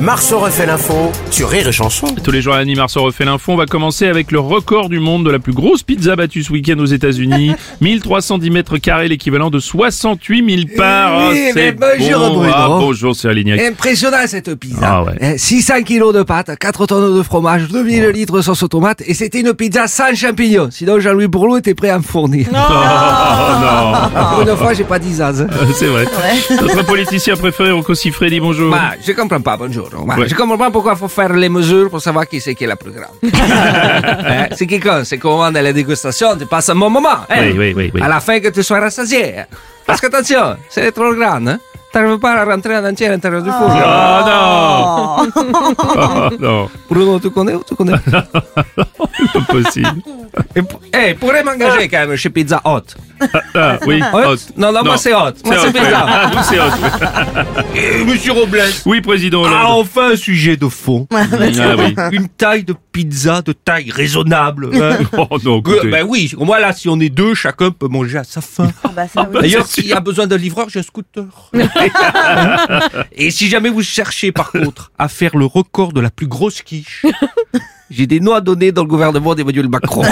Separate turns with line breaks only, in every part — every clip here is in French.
Marceau refait l'info sur Rire et Chanson.
Tous les jours, Annie Marceau refait l'info. On va commencer avec le record du monde de la plus grosse pizza battue ce week-end aux États-Unis. 1310 mètres carrés, l'équivalent de 68 000 parts.
Oui,
Ah,
mais
c'est
bonjour, Bruno.
Ah, bonjour, c'est Alignac.
Impressionnant cette pizza.
Ah ouais.
Eh, 600 kilos de pâtes, 4 tonnes de fromage, 2000 litres de sauce tomate et c'était une pizza sans champignons. Sinon Jean-Louis Bourlot était prêt à me fournir.
Oh, non,
Pour une fois, j'ai pas 10 ans. hein.
c'est vrai. Notre politicien préféré, Rocco Siffredi, bonjour.
Bah, je comprends pas, bonjour. Bah,
Ouais.
Je comprends pas pourquoi faut faire les mesures pour savoir qui c'est qui est la plus grave. Hein, Ce qui compte, c'est qu'au moment de la dégustation, tu passes un bon moment. hein.
Oui, oui, oui, oui.
À la fin que tu sois rassasié. Parce que attention, c'est trop grande. Hein. T'arrives pas à rentrer en entier à l'intérieur du four.
Ah. Oh non Oh non,
Bruno, tu connais ou tu connais pas
c'est pas possible.
Et pour- Eh, pourrait m'engager quand même chez Pizza Hot.
Ah, oui,
Hot
hot.
Non, non, moi c'est Hot. Moi c'est
hot, oui.
Pizza Hot.
Ah, nous, c'est hot. Euh,
Monsieur Robles.
Oui, président
Ah,
Hollande.
enfin un sujet de fond.
Ah, oui.
Une taille de pizza de taille raisonnable. hein.
Oh non,
Euh,
écoutez.
ben oui, au moins là, si on est deux, chacun peut manger à sa faim. D'ailleurs,
c'est
s'il y a besoin d'un livreur, j'ai un scooter. Et si jamais vous cherchez, par contre, à faire le record de la plus grosse quiche, j'ai des noix données dans le gouvernement d'Emmanuel Macron.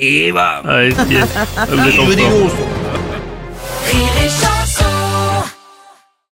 Et bah,
Ah, yes. Ah, vous êtes en
je
forme.
dénonce.